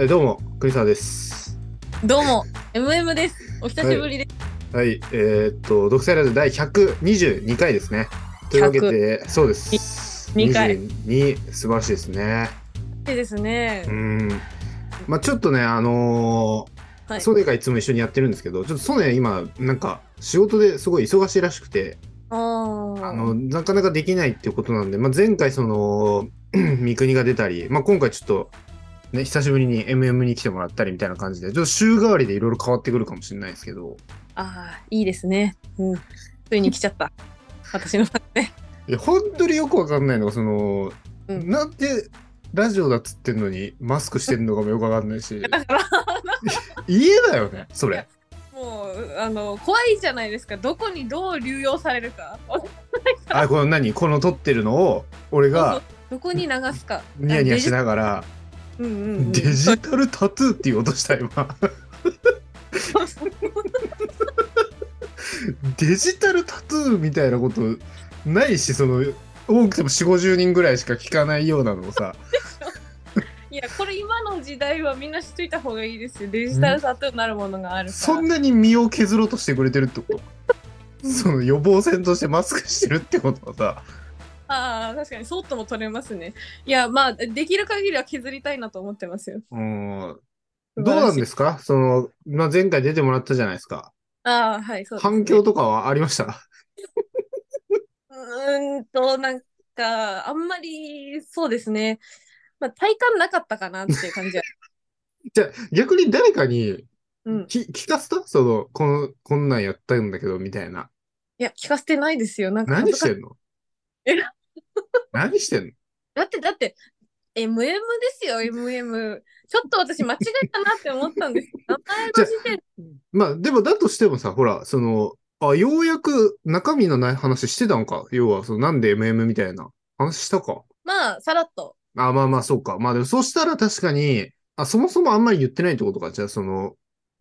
えどうも、栗沢です。どうも、MM です。お久しぶりです。はい、えーっと、独裁ラジオ第122回ですね。というわけで、そうです。に二回22、素晴らしいですね。いいですねう。ん。まあちょっとね、あのーはいソネがいつも一緒にやってるんですけど、ちょっとソネ今、なんか、仕事ですごい忙しいらしくて、ああーの、なかなかできないっていうことなんで、まあ、前回その、 三国が出たり、まあ、今回ちょっと、ね、久しぶりに MM に来てもらったりみたいな感じで、ちょっと週替わりでいろいろ変わってくるかもしれないですけど、あー、いいですね。うん。ついに来ちゃった。私の番ね。 いや、本当によくわかんないのが、その、うんなんで、ラジオだっつってんのに、マスクしてんのかもよくわかんない し、だから、家だよね、それ。もう、あの、怖いじゃないですか。どこにどう流用されるか。 あ、この何この撮ってるのを、俺が、どこに流すか。ニヤニヤしい。ながら、うんうん、うん。デジタルタトゥーっていう音した、今。 デジタルタトゥーみたいなことないしその多くても4 5 0人ぐらいしか聞かないようなのを さ いや、これ今の時代はみんな知っといた方がいいですよ。デジタルタトゥーになるものがあるから。そんなに身を削ろうとしてくれてるって ことその予防線としてマスクしてるってことはさああ、確かに、そうとも取れますね。いや、まあ、できる限りは削りたいなと思ってますよ。うーんどうなんですかその、まあ、前回出てもらったじゃないですかああ、はい、そうですね、反響とかはありました うーんと、なんか、あんまり、そうですね。まあ、体感なかったかなっていう 感じは。じゃあ逆に誰かにうん。き聞かせたそのこのこんなんやったんだけどみたいないや、聞かせてないですよ。なんか何恥しずかてんのえ 何してんのだって、だって、MM ですよ、MM。ちょっと私間違えたなって思ったん です。名前の時点でまあ、でもだとしてもさ、ほら、その、あ、ようやく中身のない話してたんか。要は、その、なんで MM みたいな話したか。まあ、さらっと。あ、まあまあ、そうか。まあでも、そしたら確かに、あ、そもそもあんまり言ってないってことか。じゃあ、その、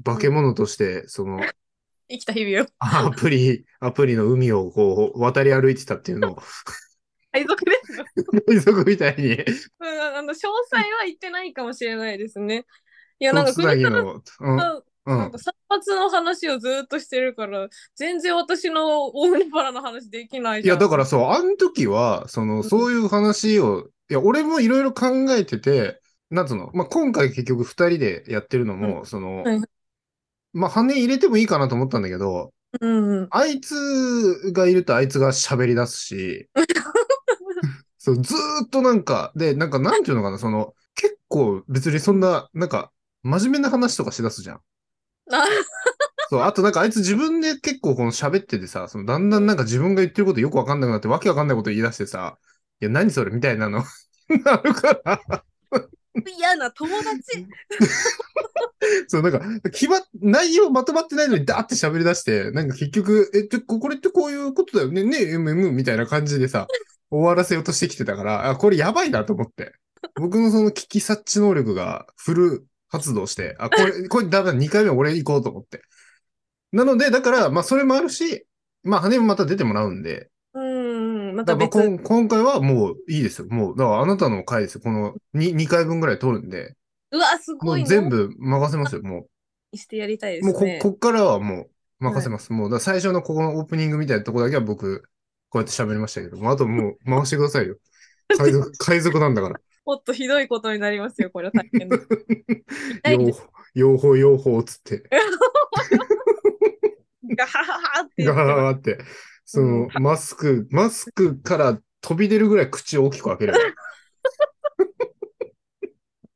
化け物として、その、生きた日 々を。アプリ、アプリの海をこう、渡り歩いてたっていうのを、配属ですよ。海賊みたいに、うん、あの、詳細は言ってないかもしれないですね。いや、なんとか、つなぎ栗の、うん原、さんうなんんか、散髪の話をずっとしてるから、全然私の大海原の話できないいじゃん。や、だからそう、あの時は、その、んそういう話を、いや、俺もいろいろ考えてて、なんつうの、まあ、今回結局2人でやってるのも、その、はいはまあ、羽入れてもいいかなと思ったんだけど、うんうん。あいつがいるとあいつが喋り出すし、そう、ずーっとなんか、で、なんか、なんていうのかな、その、結構別にそんな、なんか、真面目な話とかしだすじゃん。あそう、あとなんかあいつ自分で結構この喋っててさ、そのだんだんなんか自分が言ってることよくわかんなくなってわけわかんないこと言い出してさ、いや何それみたいなの なるから、嫌な友達。そうなんか、決まっ、内容まとまってないのにダーって喋り出して、なんか結局、え、ちょここれってこういうことだよね、ね、mm みたいな感じでさ、終わらせようとしてきてたから、あ、これやばいなと思って。僕のその聞き察知能力がフル発動して、あ、こ れ、これだめだ、2回目は俺行こうと思って。なので、だから、まあそれもあるし、まあ羽もまた出てもらうんで、うんうん、まだたから別。こん今回はもういいですよ。もう、だからあなたの回ですよ。この 2, 2回分ぐらい取るんで、うわ、すもごい。う全。部任せますよ。も、してやりたいうでもうすこね。こっからはもう任せます。もう、だから最初のここのオープニングみたいなとこだけは僕、こうやって喋りましたけど、もうあともう 回してくださいよ。海賊、海賊なんだから。もっとひどいことになりますよ、これは大変だ。痛い用で法、用法、用法っつって、ガハハハって言ってます。ガーって、その、マスク、マスクから飛び出るぐらい口を大きく開 ければ、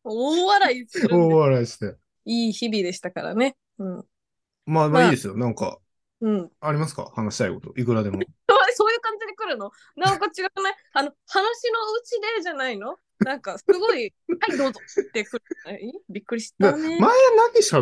大笑いするん大で。笑いして。いい日々でしたからね。うん。まあままああいいですよ。なんか、うん。ありますか話したいこと。いくらでも。そういう感じで来るのなんか違くないあの、話のうちでじゃないのなんか、すごい、はい、どうぞって来る。えびっくりしだたね。前何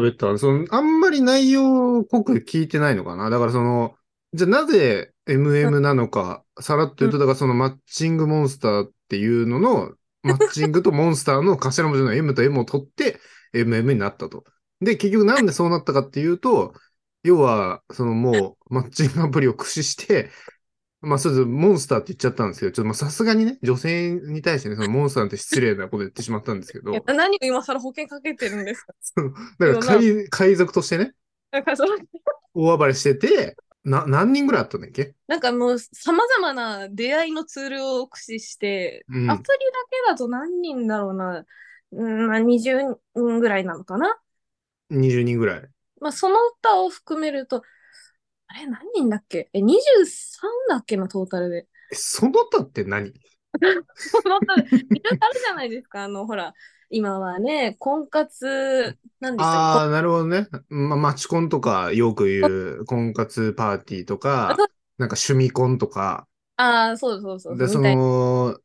喋ったのそのあんまり内容濃く聞いてないのかなだからその、じゃあなぜ MM なのか、さらっと言うと、だからそのマッチングモンスターっていうのの、マッチングとモンスターの頭文字の M と M を取って、MM になったと。で、結局なんでそうなったかっていうと、要は、そのもう、マッチングアプリを駆使して、まあ、そうです。モンスターって言っちゃったんですけど、ちょっとまあ、さすがにね、女性に対してね、そのモンスターって失礼なこと言ってしまったんですけど、いだやか何を今更保険かけてるんですか。ら海、海賊としてね、なんかその大暴れしてて、な、何人ぐらいあったんだっけなんかもうさまざまな出会いのツールを駆使して、うんアプリだけだと何人だろうな、うんまあ、20人ぐらいなのかな。 20人ぐらい。まあ、その他を含めると、あれ何人だっけえ、23だっけな、トータルで。 えその他って何その他で、いろいろあるじゃないですか。あの、ほら、今はね、婚活、なんでしたっああ、なるほどね。まあ、マチコンとか、よく言う、婚活パーティーとかあそう、なんか趣味コンとか、けああ、そうそうそうで、そう、そみたいな。の、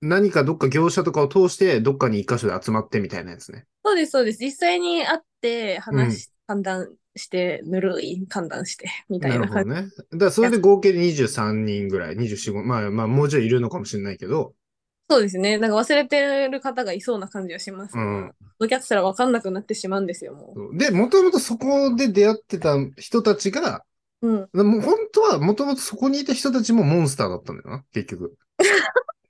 何かどっか業者とかを通して、どっかに一箇所で集まってみたいなやつね。そうです、そうです。実際に会って、話し、判断して、ぬるい判断して、みたいななるほど感じ。ね。だからそれで合計で23人ぐらい、24、5、まあまあもうちょいいるのかもしれないけど、そうですね。なんか忘れてる方がいそうな感じはしますうが。ん。ドキャスたら分かんなくなってしまうんですよ、もで、もともとそこで出会ってた人たちが、う。うん。もう本当はもともとそこにいた人たちもモンスターだったんだよな、結局。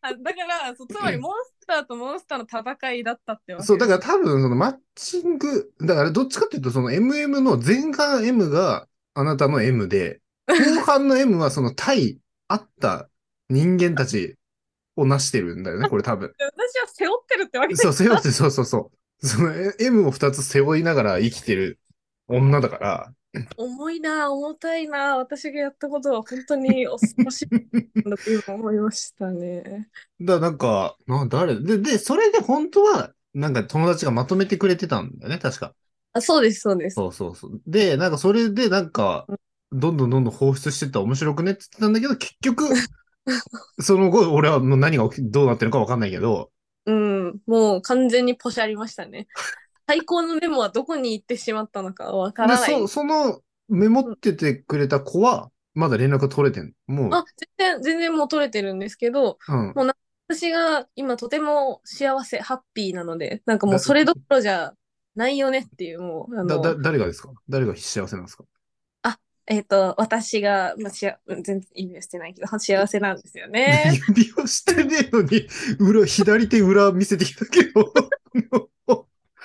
あだからそう、つまりモンスターとモンスターの戦いだったってわけそう、だかから多分そのマッチング、だからどっちかっていうとその MM の前半 M があなたの M で、後半の M はその対あった人間たちを成してるんだよね、これ多分。ら。私は背負ってるってわけそう、です背負って、そうそうそう。そのえ M を2つ背負いながら生きてる女だから、 重いな、重たいな、私がやったことは本当に恐ろしいんだと今思いましたね。だなんか、な、誰で、で、それで本当は、なんか友達がまとめてくれてたんだよね、確か。あそうです、そうです。そうそうそう。で、なんかそれでなんか、どんどんどんどん放出してったら面白くねって言ってたんだけど、結 局、その後、俺はもう何が起き、どうなってるかわかんないけど、うん、もう完全にポシャりましたね。 最高のメモはどこに行ってしまったのかわかでらない。そ、そのメモっててくれた子は、まだ連絡が取れてんもう、あ、全然、全然もう取れてるんですけど、うん。私が今とても幸せ、ハッピーなので、なんかもうそれどころじゃないよねっていう、もう、あだ、だ、の、誰がですか誰が幸せなんですかえっと、私が、まあ、しあ全然意味はしてないけど、 幸せなんですよね。 指輪してねえのに、裏、左手裏見せてきたけど。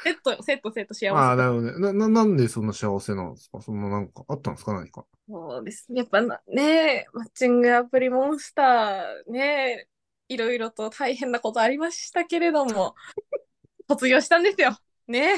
セット、セット、セット、幸ああ、せ。なるほどね。な、な、なんでそんな幸せなんですかそんななんか、あったんですか何か。そうです。やっぱなね、マッチングアプリモンスター、ね、いろいろと大変なことありましたけれ ども、卒業したんですよ。ね。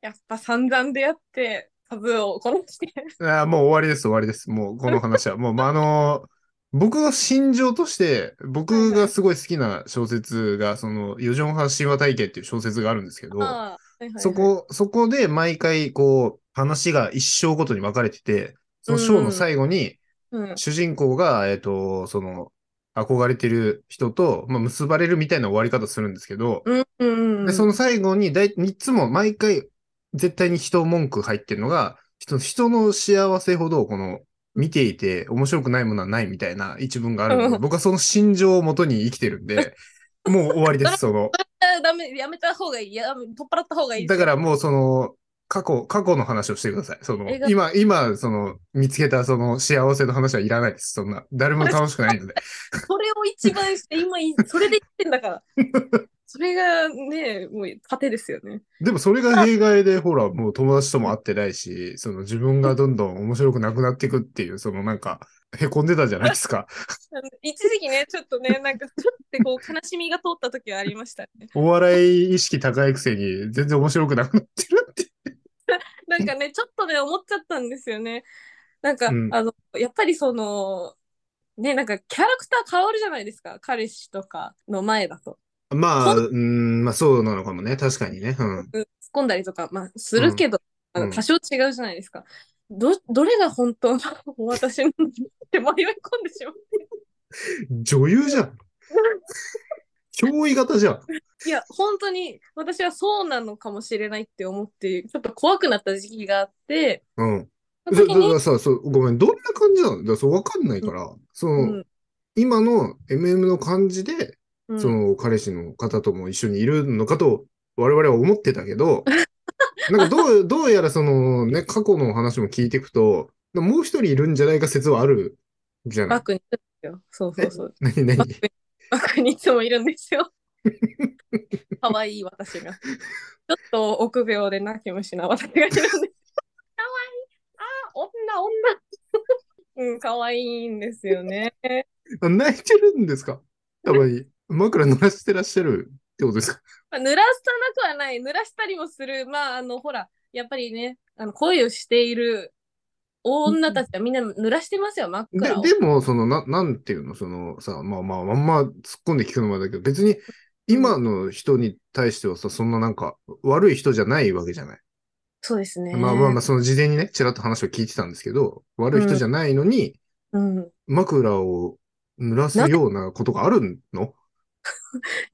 やっぱ散々出会って、数をこなして。ああ、もう終わりです、終わりです。もう、この話は。もう、まあ、あのー僕の心情として、僕がすごい好きな小説が、その、四畳半神話体系っていう小説があるんですけど、ああはいはいはいそこ、そこで毎回、こう、話が一章ごとに分かれてて、その章の最後に、うん、主人公が、えっ、と、その、憧れてる人と、まあ、結ばれるみたいな終わり方するんですけど、うんうんうでん、その最後に大、3つも毎回、絶対に人文句入ってるのが、人人の幸せほど、この、見ていて面白くないものはないみたいな一文があるので、うん僕はその心情をもとに生きてるん で、もう終わりです、その。あダメ、やめた方がいい。やめ取っ払った方がいい。だからもうその、過去、過去の話をしてください。その映、画今、今、その、見つけたその幸せの話はいらないです。そんな、誰も楽しくないので。それを一番して、今いい、それで言ってん だから。それがね、もう糧ですよね。でもそれが弊害で、ほら、もう友達とも会ってないし、その自分がどんどん面白くなくなっていくっていう、そのなんか、へこんでたじゃないですか。 あの一時期ね、ちょっとね、なんか、ちょっとこう、悲しみが通った時はありましたね。お笑い意識高いくせに全然面白くなくなってるって。なんかね、ちょっとね、思っちゃったんですよね。なんか、うんあの、やっぱりその、ね、なんかキャラクター変わるじゃないですか。彼氏とかの前だと。まあ、うん、まあそうなのかもね。確かにね。うん。突っ込んだりとか、まあ、するけど、うんあうんの多少違うじゃないですか。どどれが本当の私のって迷い込んでしまう。 女優 じゃん。憑依型じゃん。いや、本当に私はそうなのかもしれないって思って、ちょっと怖くなった時期があって、うん。そのそ時に、だそうそう、ごめん。どんな感じなのだからそう、わかんないから、その、うん今の MM の感じで、うんその彼氏の方とも一緒にいるのかと我々は思ってたけど、なんかどう、どうやらそのね、過去の話も聞いていくと、もう一人いるんじゃないか説はあるじゃなバッい。クによ。そうそうそう。何何バックにバックにいつもいるんで すよ。可愛い私が。ちょっと臆病で泣き虫な私がいるんです。可愛いあー、女、女。うん、可愛いんですよね。泣いてるんですかたまに。枕濡らしてらっしゃるってことですかまあ、濡らさなくはない。濡らしたりもする。まあ、あの、ほら、やっぱりね、あの恋をしている女たちはみんな濡らしてますよ、真っで暗を。でも、その、ななんていうの、そのさ、まあまあ、あんま突っ込んで聞くのもあれだけど、別に今の人に対してはさ、そんななんか悪い人じゃないわけじゃない。そうですね。まあまあまあ、その事前にね、ちらっと話を聞いてたんですけど、悪い人じゃないのに、うん。枕を濡らすようなことがあるの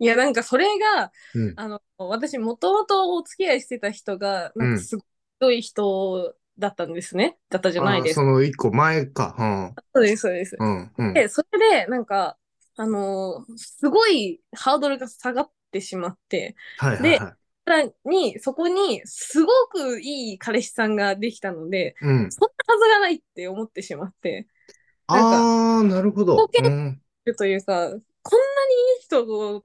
いや、なんかそれが、うんあの、私、もともとお付き合いしてた人が、なんかすごい人だったんですね。だったじゃないあでーす。その一個前か。そうです、そうです。うん。うん。うん。で、それで、なんか、あのーすごいハードルが下がってしまって、はいはいはい。さらに、そこに、すごくいい彼氏さんができたので、うん。そんなはずがないって思ってしまって、ああ、なるほど保。険うんというか、こんなにいい人と、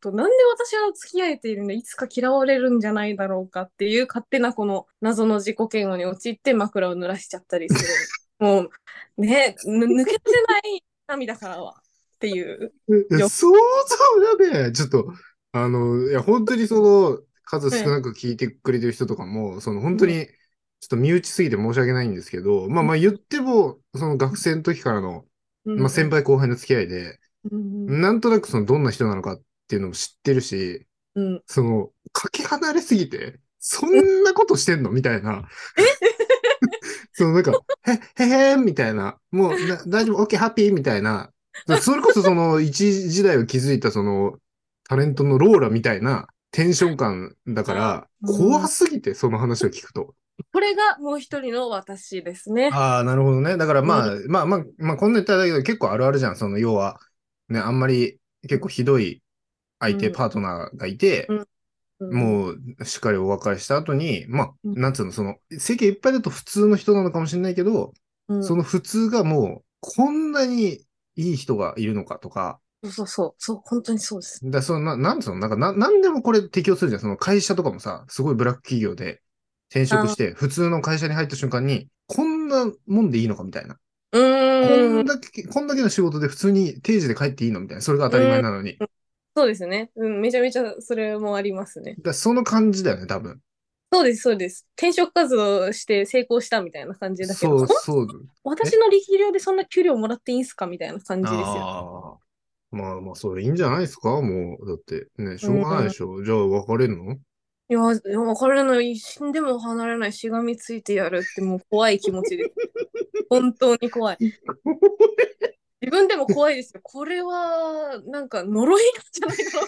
となんで私は付き合えているんだいつか嫌われるんじゃないだろうかっていう勝手なこの謎の自己嫌悪に陥って枕を濡らしちゃった りするもうねぬ抜け出せない涙からはっていういやよ想像がね、ちょっと、あの、いや、本当にその、数少なく聞いてくれてる人とかも、その、本当に、ちょっと身内すぎて申し訳ないんですけど、まあまあ言っても、その学生の時からの、まあ先、輩後輩の付き合いで、うんうんなんとなくその、どんな人なのかっていうのも知ってるし、うん、その、かけ離れすぎて、そんなことしてんのみたいな。そのなんか、へ、へへーみたいな。もう、な大丈夫、オッケー、ハッピーみたいな。それこそその、一時代を築いたその、タレントのローラみたいなテンション感だから、うん怖すぎて、その話を聞くと。これがもう一人の私ですね。ああ、なるほどね。だからまあ、まあまあ、まあ、こんな言ったらだけど、結構あるあるじゃん。その、要は、ね、あんまり、結構ひどい相手、うんパートナーがいて、うんもう、しっかりお別れした後に、まあ、うんなんつうの、その、世間いっぱいだと普通の人なのかもしれないけど、うん、その普通がもう、こんなにいい人がいるのかとか、そうそうそうそう本当にそうです。だそのな、なんつうの、なんか、な、なんでもこれ適用するじゃん。その会社とかもさ、すごいブラック企業で転職して、普通の会社に入った瞬間に、こんなもんでいいのかみたいな。うこーんんだけ、こんだけの仕事で普通に定時で帰っていいのみたいな。それが当たり前なのに。そうですね、うん。めちゃめちゃそれもありますね。だその感じだよね、多分。そうです、そうです。転職活動して成功したみたいな感じだけそど、う、こんそう。私の力量でそんな給料もらっていいんすかみたいな感じですよ。ああ。まあまあ、それいいんじゃないですかもう、だって、ね、しょうがないでしょ。じゃあ、別れるのいや、でも別れない、死んでも離れない、しがみついてやるってもう怖い気持 ちです。本当に怖い。自分でも怖いですよ。これは、なんか呪いなんじゃないかな。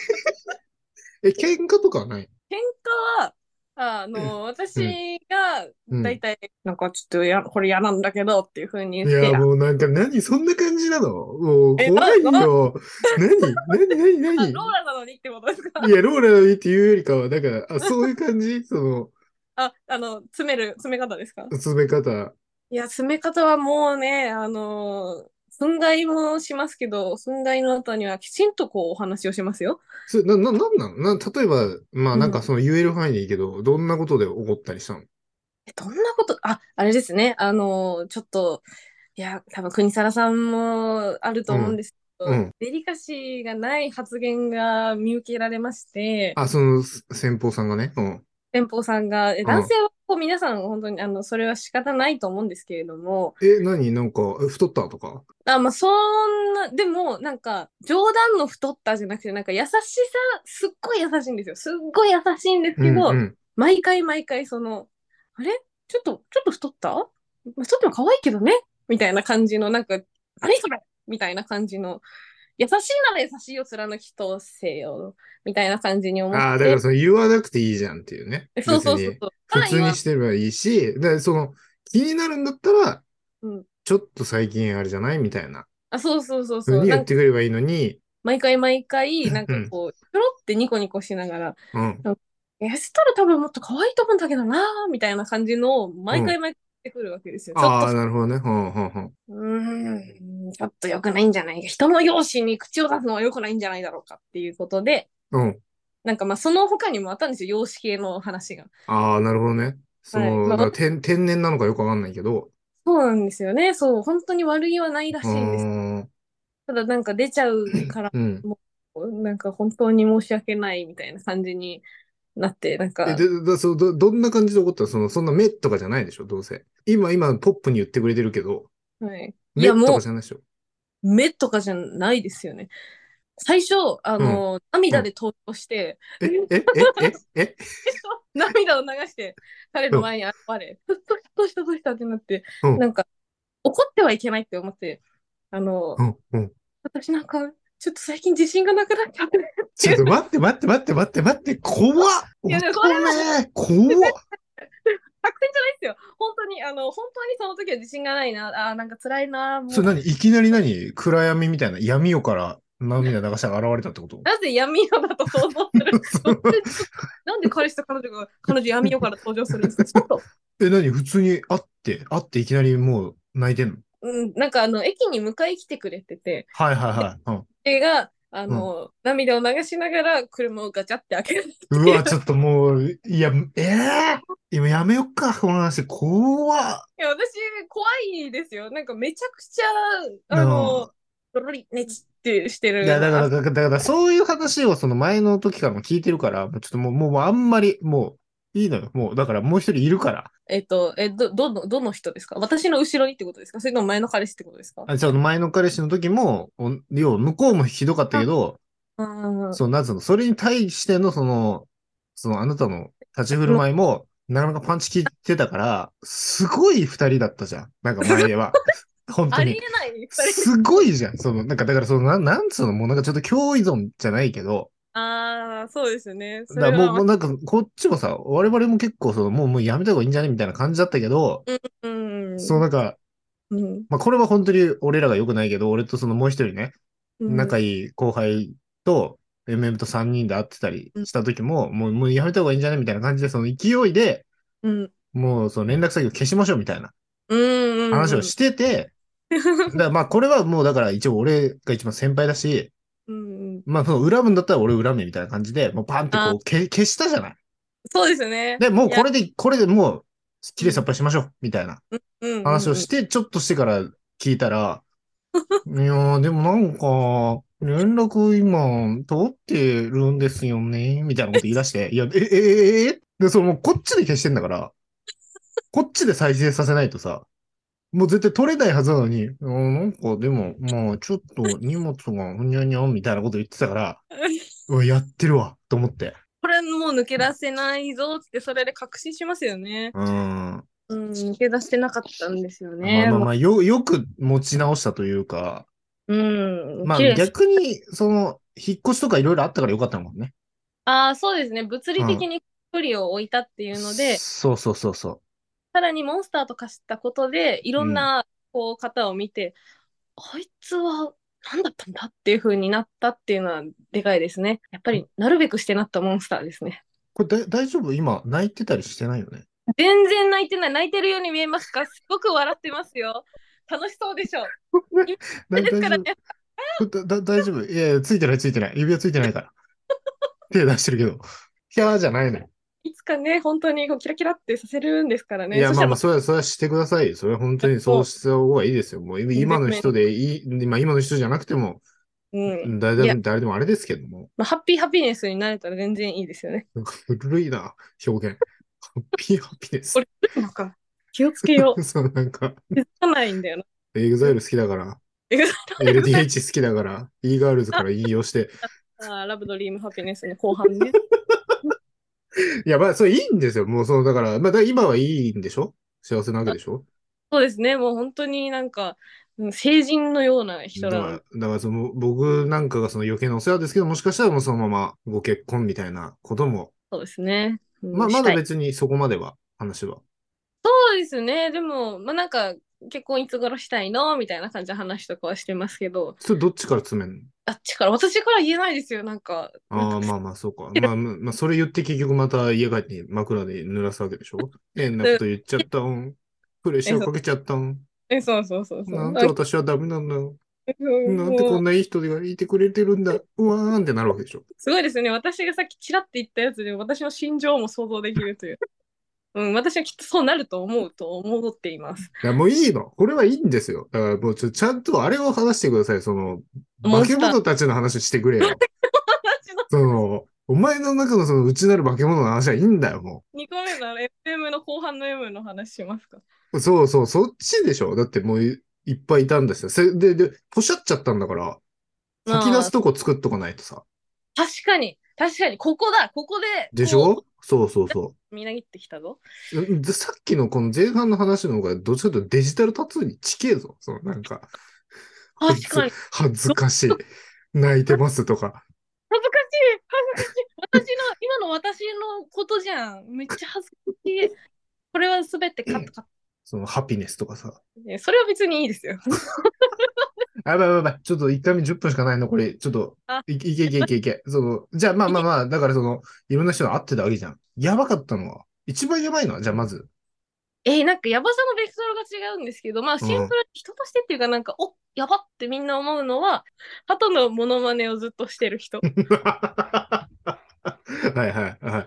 え、喧嘩とかはない喧嘩は、あ の、私が、うんだいたい、なんかちょっとや、これ嫌なんだけどっていう風にい言って、や、もうなんか、何そんな感じなのもう、え怖いよ。な何な 何何あロ何ーラなのにってことですかいや、ローラの家っていうよりかは、だから、あ、そういう感じその、あ、あの、詰める、詰め方ですか詰め方。いや、詰め方はもうね、あのー憤慨もしますけど、憤慨の後にはきちんとこうお話をしますよ。それ、な、な、なんなのな、例えば、まあ、なんうかんその言える範囲でいいけど、どんなことで怒ったりしたのえどんなこと、あ、あれですね、あのーちょっと、いや、多分国皿さんもあると思うんですけど、うん。デリカシーがない発言が見受けられまして、あ、その、先方さんがね。うん。先方さんが、えん男性はこう皆さん本当に、あの、それは仕方ないと思うんですけれども、え、何なんか、え太ったとかあ、まあ、そんな、でも、なんか、冗談の太ったじゃなくて、なんか優しさ、すっごい優しいんですよ。すっごい優しいんですけど、うんうん毎回毎回、その、あれちょっと、ちょっと太ったまあ太っても可愛いけどねみたいな感じの、なんか、何それみたいな感じの、優しいなら優しいを貫き通せよ、みたいな感じに思って。ああ、だからその言わなくていいじゃんっていうね。そうそ別うそうにそう。ただ普通今にしてればいいし、で、その、気になるんだったら、うんちょっと最近あれじゃないみたいなあ、そうそうそうふそうう。に言なっんかてくればいいのに、毎回毎回、なんかうんこう、ひょろってニコニコしながら、うん。痩せたら多分もっと可愛いと思うんだけどなーみたいな感じのを毎回毎回てくるわけですよ。ちょああ、っと、なるほどね。うんうんうん。うーん、ちょっと良くないんじゃないか。人の容姿に口を出すのは良くないんじゃないだろうかっていうことで、うん。なんかまあその他にもあったんですよ、容姿系の話が。ああ、なるほどね。その、はいまあだから天天然なのかよくわかんないけど。そうなんですよね。そう、本当に悪気はないらうしいんです。ーん。ただなんか出ちゃうから、うん。 なんか本当に申し訳ないみたいな感じになって、なんえ、か、で、だそうど、どんな感じで怒ったのその、そんな目とかじゃないでしょどうせ。今、今、ポップに言ってくれてるけど、はい。い目や、ともかうじゃないでしょ目とかじゃないですよね。最初、あの、涙で投稿して、え、え、え、え、え、 涙を流して、彼の前に現れ、どうしたどうしたどうしたってなって、うんなんか、怒ってはいけないって思って、あの、うん、うん。私なんか、ちょっと最近自信がなくなっちゃって、 ちょっと待って待って待って待って待って、怖っいやでも乙女怖っ悪点じゃないですよ。本当に、あの、本当にその時は自信がないな、あーなんか辛いな、もそうれ何いきなり何暗闇みたいな闇夜から涙流したら現れたってことなぜ闇夜だと想像す るそんななんで彼氏と彼女が、彼女闇夜から登場するんですか ちょっと、え、何普通に会って、会っていきなりもう泣いてんのうん、なんかあの、駅に迎え来てくれてて、はいはいはい。映が、あの、涙を流しながら車をガチャって開ける。うん、うわ、ちょっともう、いや、ええ今やめよっか、この話。怖っいや、私、怖いですよ。なんかめちゃくちゃ、あの、ドロリ、ネチってしてる。いや、だから、だから、だからそういう話をその前の時からも聞いてるから、もうちょっともう、もうもうあんまり、もう、いいのよ。もう、だからもう一人いるから。えっと、え、ど、どの、どの人ですか私の後ろにってことですかそれとも前の彼氏ってことですかあ、じゃあ前の彼氏の時も、お要は向こうもひどかったけど、うん。そう、なんつうの、それに対しての、その、その、あなたの立ち振る舞いも、なかなかパンチ効いてたから、すごい二人だったじゃん。なんか前で は。本当ありに。えない、二人。すごいじゃん。その、なんか、だから、その、なんなんつうの、もうなんかちょっと強依存じゃないけど、ああ、そうですね。そだれからもはう、もうなんか、こっちもさ、我々も結構、その、もう、もうやめた方がいいんじゃねみたいな感じだったけど、うん。そう、なんか、うん。まあ、これは本当に俺らが良くないけど、俺とそのもう一人ね、うん。仲いい後輩と、MM と3人で会ってたりした時も、もう、もうやめた方がいいんじゃねみたいな感じで、その勢いで、うん。もう、その連絡先を消しましょうみたいなうん。話をしてて、だからまあ、これはもう、だから一応俺が一番先輩だし、うんうん。まあ、その恨むんだったら俺恨めみたいな感じで、もうパンってこうけ消したじゃない。そうですね。 で、もういやこれで、これでもう、すっきりさっぱりしましょう、みたいなうんうんうん話をして、ちょっとしてから聞いたら、 いやー、でもなんか、連絡今、取ってるんですよね、みたいなこと言い出して、いや、え、え、え、え、えで、その、もうこっちで消してんだから、こっちで再生させないとさ、もう絶対取れないはずなのに、あーなんかでも、まあ、ちょっと荷物がふにゃにゃみたいなこと言ってた から、うわ、やってるわ、と思って。これもう抜け出せないぞってそれで確信しますよね。うん。うん、抜け出してなかったんですよまね。あまあまあ、よ、よく持ち直したというか、うん、まあ綺麗逆に、その、引っ越しとかいろいろあったからよかったのかもね。ああ、そうですね。物理的に距離を置いたっていうので、そうそうそうそさらにモンスターと化したことで、いろんなこう方を見て、あいつは何だったんだっていう風になったっていうのはでかいですね。やっぱりなるべくしてなったモンスターですね。う。これだ大丈夫今、泣いてたりしてない よね。全然泣いてない。泣いてるように見えますかすごく笑ってますよ。楽しそうでしょ。だですから大ね。丈夫だだ大丈夫いやいや、ついてないついてない。指輪ついてない から。手出してるけど。キャーじゃないのよ。いつかね、本当にこうキラキラってさせるんですからね。いや、そしまたあらまあ、それは、それはしてくださいよ。それは本当にそうした方がいいですよ。もう今の人でいい、今今の人じゃなくても、うん誰いでやも、誰でもあれですけども。まあ、ハッピーハピネスになれたら全然いいですよね。なんか古いな、表現。ハッピーハッピネス。俺なんか気をつけよ う。そう、なんか、気づかないんだよな。エグザイル好きだから、LDH 好きだから、e-girls から引用して、あーラブドリームハピネスの後半ね。 いや、まあ、それいいんですよ。もう、その、だから、まあ、だから今はいいんでしょ幸せなわけでしょそうですね。もう本当になんか、うん成人のような人だからなら、んだからその、僕なんかがその余計なお世話ですけど、もしかしたらもうそのままご結婚みたいなことも、そうですね。うんまあ、ましただい別にそこまでは、話は。そうですね。でも、まあなんか、結婚いつ頃したいのみたいな感じの話とかはしてますけど、それどっちから詰めんのあっちから、私から言えないですよ。なんか、なんあかあ、まあまあ、そうか。まあ、まあまあ、それ言って結局また家帰って枕で濡らすわけでしょ変なこと言っちゃった、うん。プレッシャーかけちゃったん。え、そうそうそうそう。なんて私はダメなんだよ。うんなんてこもんうないい人がいてくれてるんだ。うわーんってなるわけでしょ。すごいですね。私がさっきちらって言ったやつで、私の心情も想像できるという。うん、私はきっとそうなると思うと思っています。いや、もういいの。これはいいんですよ。だからもうちょ、ちゃんとあれを話してください。その、モ化ンスけター物たちの話してくれよ。私のその、お前の中のその内なる化け物の話はいいんだよ、も2個目の FM の後半の M の話しますか。う。そうそう、そっちでしょ。だってもういいっぱいいたんですよ。せで、で、ポシャっちゃったんだから、まあ吐き出すとこ作っとかないとさ。確かに、確かに、ここだ、ここで。でしこょそうそうそうみなぎってき たぞ。ううん。でさっきのこの前半の話の方が、どっちかというとデジタルタトゥーに近えぞ。そのなんか、確かに。恥ずかしい。泣いてますとか。恥ずかしい恥ずかしい私の今の私のことじゃんめっちゃ恥ずかしいこれは全てカットカッそのハピネスとかさ。トでそれは別にいいですよあやばいやばいやばい。ちょっと1回目10分しかないの、これ。ちょっとあ、いいけいけいけいけ。その、じゃあまあまあまあ、だからその、いろんな人が会ってたわけじゃん。やばかったのは。一番やばいのは、じゃあまず。えーなんかヤバさのベクトルが違うんですけどまあシンプルに人としてっていうかなんか、おヤバってみんな思うのは鳩のモノマネをずっとして る人、はいはいはい。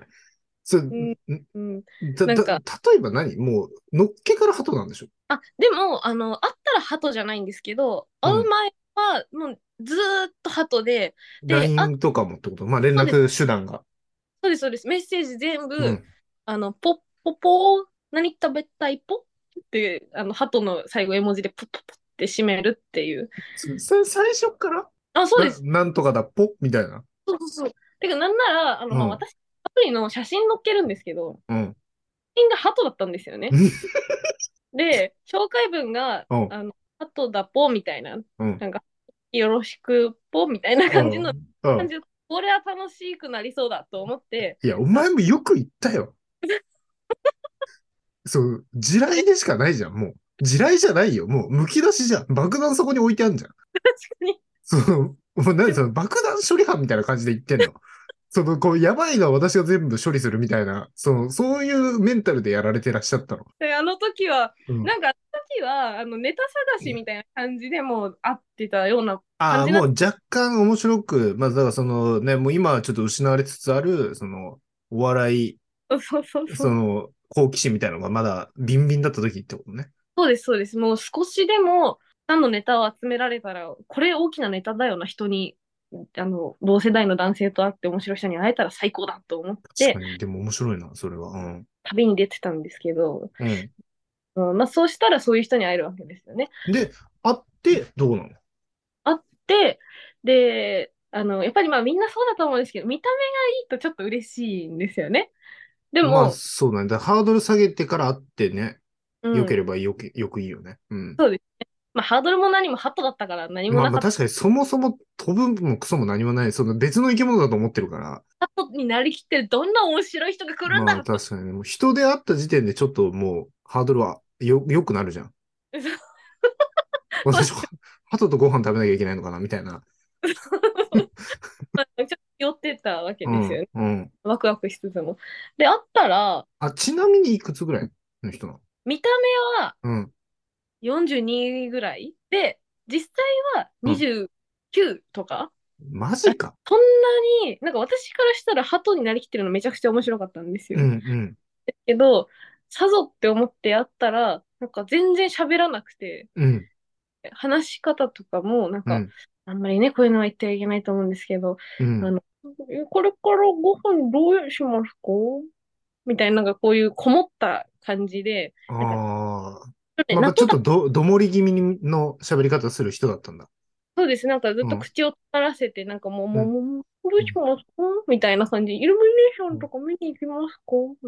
そうんうん、たなんたか例えば何もう、のっけから鳩なんでしょあでもあの会ったら鳩じゃないんですけど会う前はもうずーっと鳩でで ?LINE とかもってことまあ連絡手段が。そうですそうですメッセージ全部、うん。あの、ポッポポー、何食べたいポって、あの、鳩の最後絵文字でポッポッポって締めるっていう。そそ最初からあ、そうです。ななんとかだ、ぽみたいな。そうそうそう。てか、なんなら、あの、まあうん私、アプリの写真載っけるんですけど、うん。写真が鳩だったんですよね。で、紹介文が、うん。あの、鳩だぽみたいな、うん。なんか、よろしくぽみたいな感じの、うん感じのこれは楽しくなりそうだと思って、いや、お前もよく言ったよ。 そう、地雷でしかないじゃん、もう。地雷じゃないよ、もう、むき出しじゃん。爆弾そこに置いてあんじゃん。確かに、そう、もう何その爆弾処理班みたいな感じで言ってん の。その、こう、やばいのは私が全部処理するみたいな、その、そういうメンタルでやられてらっしゃったの。であの時は、うんなんか、あの時は、あの、ネタ探しみたいな感じでもう会ってたようなああ、感じなもう若干面白く、まあ、だからそのね、もう今はちょっと失われつつある、その、お笑い、そうそうそうそ。そうの、好奇心みたいなのがまだビンビンだった時ってことね。そうです、そうです。もう少しでも何のネタを集められたら、これ大きなネタだよな、人に、あの、同世代の男性と会って面白い人に会えたら最高だと思っ確てか、に、でも面白いな、それは。うん。旅に出てたんですけど、うん。うん、まあそうしたらそういう人に会えるわけですよね。で、会ってどうなので、で、あの、やっぱりまあみんなそうだと思うんですけど、見た目がいいとちょっと嬉しいんですよね。でまあも、そうなんだ。ハードル下げてから会ってね、うん良ければよけ、よくいいよね。うん。まあハードルも何もハトだったから何もまあなまかあった。確かにそもそも飛ぶもクソも何もない、その別の生き物だと思ってるから、ハトになりきってどんな面白い人が来るんだまろあう確かに、もう人で会った時点でちょっともうハードルはよ、良くなるじゃん。私、鳩とご飯食べなきゃいけないのかなみたいな。まあちょっと寄ってたわけうですよね。ん。うん。ワクワクしつつも。で、会ったら、あ、ちなみにいくつぐらいの人なの見た目はうん。 42ぐらいで、実際はうん29とか、マジ か。そんなに、なんか私からしたら鳩になりきってるのめちゃくちゃ面白かったんですよ。うんうん。けど、さぞって思って会ったら、なんか全然喋らなくて、うん。話し方とかも、なんうか、ん。あんまりね、こういうのは言ってはいけないと思うんですけど、うん。あのえこれからご飯どうしますかみたいな、なんかこういうこもった感じで、ああ。ちょっとねまなあ、んとちょっなくとど、どもり気味の喋り方する人だったんだ。そうです。なんかずっうとん口を鳴らせて、なんかもう、んもう、もうもう、どうしますかみたいな感じ。イルミネーションとか見に行きますか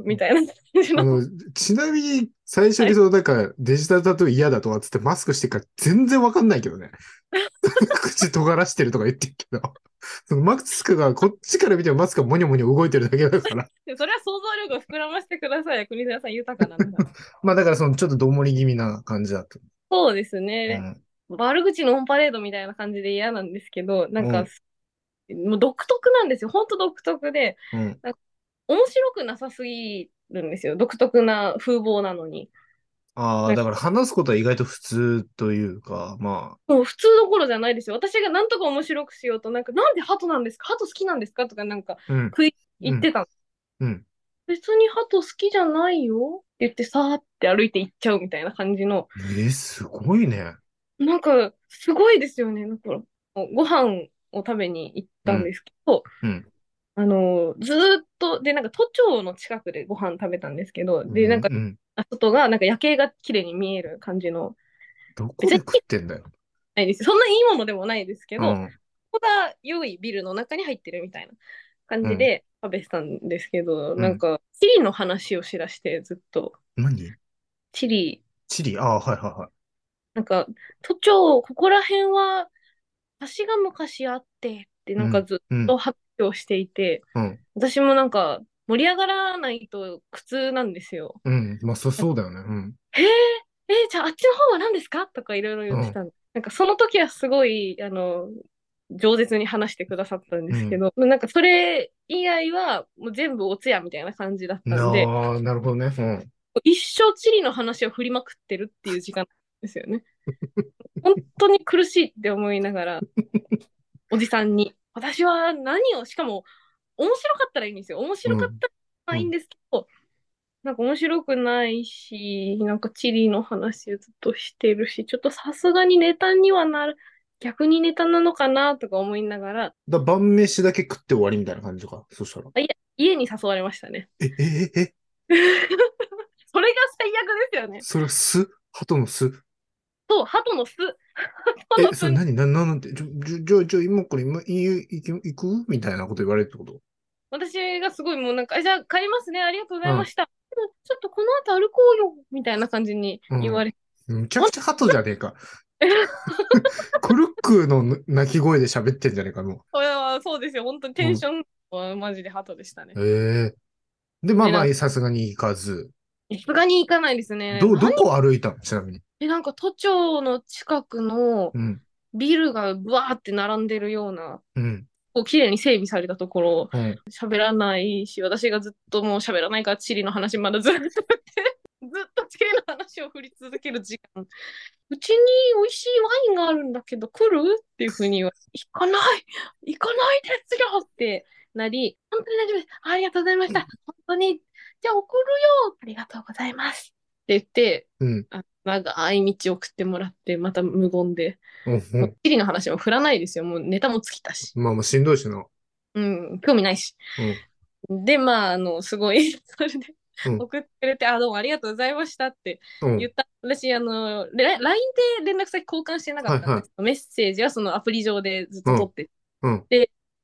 みたいな感じあの。の、ちなみに、最初にその、なんか、デジタルタトゥー嫌だとかっつってマスクしてっから全然わかんないけ どね。口尖らしてるとか言ってるけど。 そのマスクが、こっちから見てもマスクがモニョモニョ動いてるだけだから。 で それは想像力を膨らませてください。国沢さん豊かなんだ。 まあだからその、ちょっとどもり気味な感じだった。そうですうね。ん。悪口のオンパレードみたいな感じで嫌なんですけど、なんうか、もう独特なんですよ。ほんと独特で、うん。面白くなさすぎるんですよ。独特な風貌なのに。ああ、だから話すことは意外と普通というか、まもう普通どころじゃないですよ。私がなんとか面白くしようと、なんか、なんでハトなんですかハト好きなんですかとか、なんかあ、うん、言ってたの。うん。別にハト好きじゃないよって言って、さーって歩いて行っちゃうみたいな感じの、えー、すごいね。なんか、すごいですよね。だから、ご飯を食べに行ったんですけど、うん。あの、ずーっと、で、なんか都庁の近くでご飯食べたんですけど、で、なんかう、ん外が、なんか夜景が綺麗に見える感じの、どこで食ってんだよ。ないです。そんないいものでもないですけうど、ん。ここが良いビルの中に入ってるみたいな感じで食べてたんですけど、うんなんか、チリの話をしだして、ずっと。何チリ、チリああ、はいはいはい。なんか、都庁、ここら辺は、橋が昔あって、って、なんかずうっん。と発表していて、うん私もなんか、盛り上がらないと苦痛なんですよ。うん。まあ、そ、そうだよね。うん。へえ、えーじゃああっちの方は何ですかとかいろいろ言ってたの。なんかその時はすごい、あの、饒舌に話してくださったんですけど、なんかそれ以外はもう全部お通夜みたいな感じだったんで、ああ、なるほどね。うん。一生地理の話を振りまくってるっていう時間ですよね。本当に苦しいって思いながら、おじさんに、私は何を、しかも、面白かったらいいんですよ。面白かったらいいんですけど、なんか面白くないし、なんか地理の話をずっとしてるし、ちょっとさすがにネタにはなる、逆にネタなのかなとか思いながら、だ晩飯だけ食って終わりみたいな感じか。そしたら。家に誘われましたね。え、え、え、え、それが最悪ですよね。それは巣鳩の巣そう、鳩の巣。鳩のえ、そ巣れに何な、なんて、ちょ、ちょ、ちょ、ちょ今から今、EU 行く行くみたいなこと言われるってこと私がすごいもうなんか、あじゃあ帰りますね、ありがとうございました。でもちょっとこの後歩こうよ、みたいな感じに言われて、むちゃくちゃ鳩じゃねえ か。クルックの鳴き声で喋ってんじゃねえか、もこれはそうですよ、本当にテンションはマジでハトでしたねう。。ええで、まあまえあ、さすがに行かず。さすがに行かないですね。ど、ど何こ歩いたのちなみに。え、なんか都庁の近くのうん。ビルがブワーって並んでるような、うん。こう綺麗に整備されたところ、うん。喋らないし、私がずっともう喋らないから地理の話まだずっとやって、 ずっと地理の話を振り続ける時間。うちに美味しいワインがあるんだけど来るっていうふうに言われて、行かない行かないですよってなり、本当に大丈夫です。ありがとうございました。本当に。じゃあ送るよありがとうございます。って言って、うん。あ長い道を送ってもらって、また無言で。うんもうう地理の話も振らないですよ。もうネタも尽きたし。ん。まあまあ、しんどいしな。うん、興味ないし。で、まあ、あの、すごい、 それでうん送ってくれて、あ、どうもありがとうございましたってうん。う言ん。った。私、あの、レ LINE で連絡先交換してなかったんですけど、メッセージはそのアプリ上でずっと取って、うん。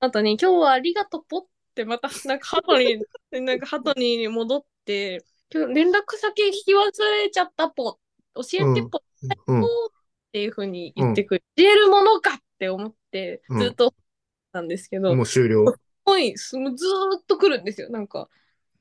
あとに、今日はありがとうぽって、また、なんか、ハトに、なんか、ハトに戻って、今日連絡先聞き忘れちゃったぽ、教えてぽ、うん。っていうふうに言ってくれ、教えるものかって思って、ずっと、なんですけど、もう終了。もういいすもうずーっと来るんですよ。なんか、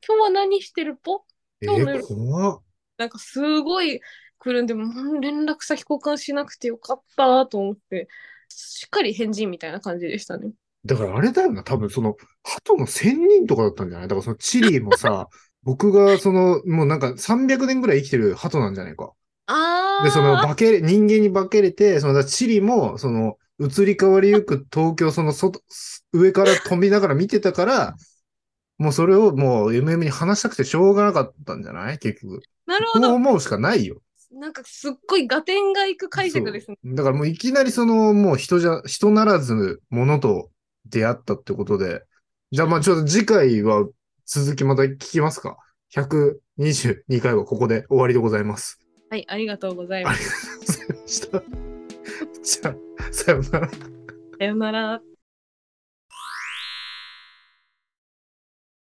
今日は何してるぽえ今日の夜ー、怖っ。なんかすごい来るんで、もう連絡先交換しなくてよかったと思って、しっかり返事みたいな感じでしたね。だからあれだよな、多分その、鳩の仙人とかだったんじゃないだからそのチリもさ、 僕がその、もうなんか300年ぐらい生きてる鳩なんじゃないか。あーで、その、化けれ、人間に化けれて、その、だからチリも、その、移り変わりゆく東京、その、外、上から飛びながら見てたから、もうそれをもう MM に話したくてしょうがなかったんじゃない結局。なるこほうど。思うしかないよ。なんかすっごい合点がいく解釈ですね。そうだからもういきなりその、もう人じゃ、人ならずものと出会ったってことで、じゃあまあちょっと次回は続きまた聞きますか。122回はここで終わりでございます。 はい、ありがとうございます。した。じゃあ、さようなら。さよなら。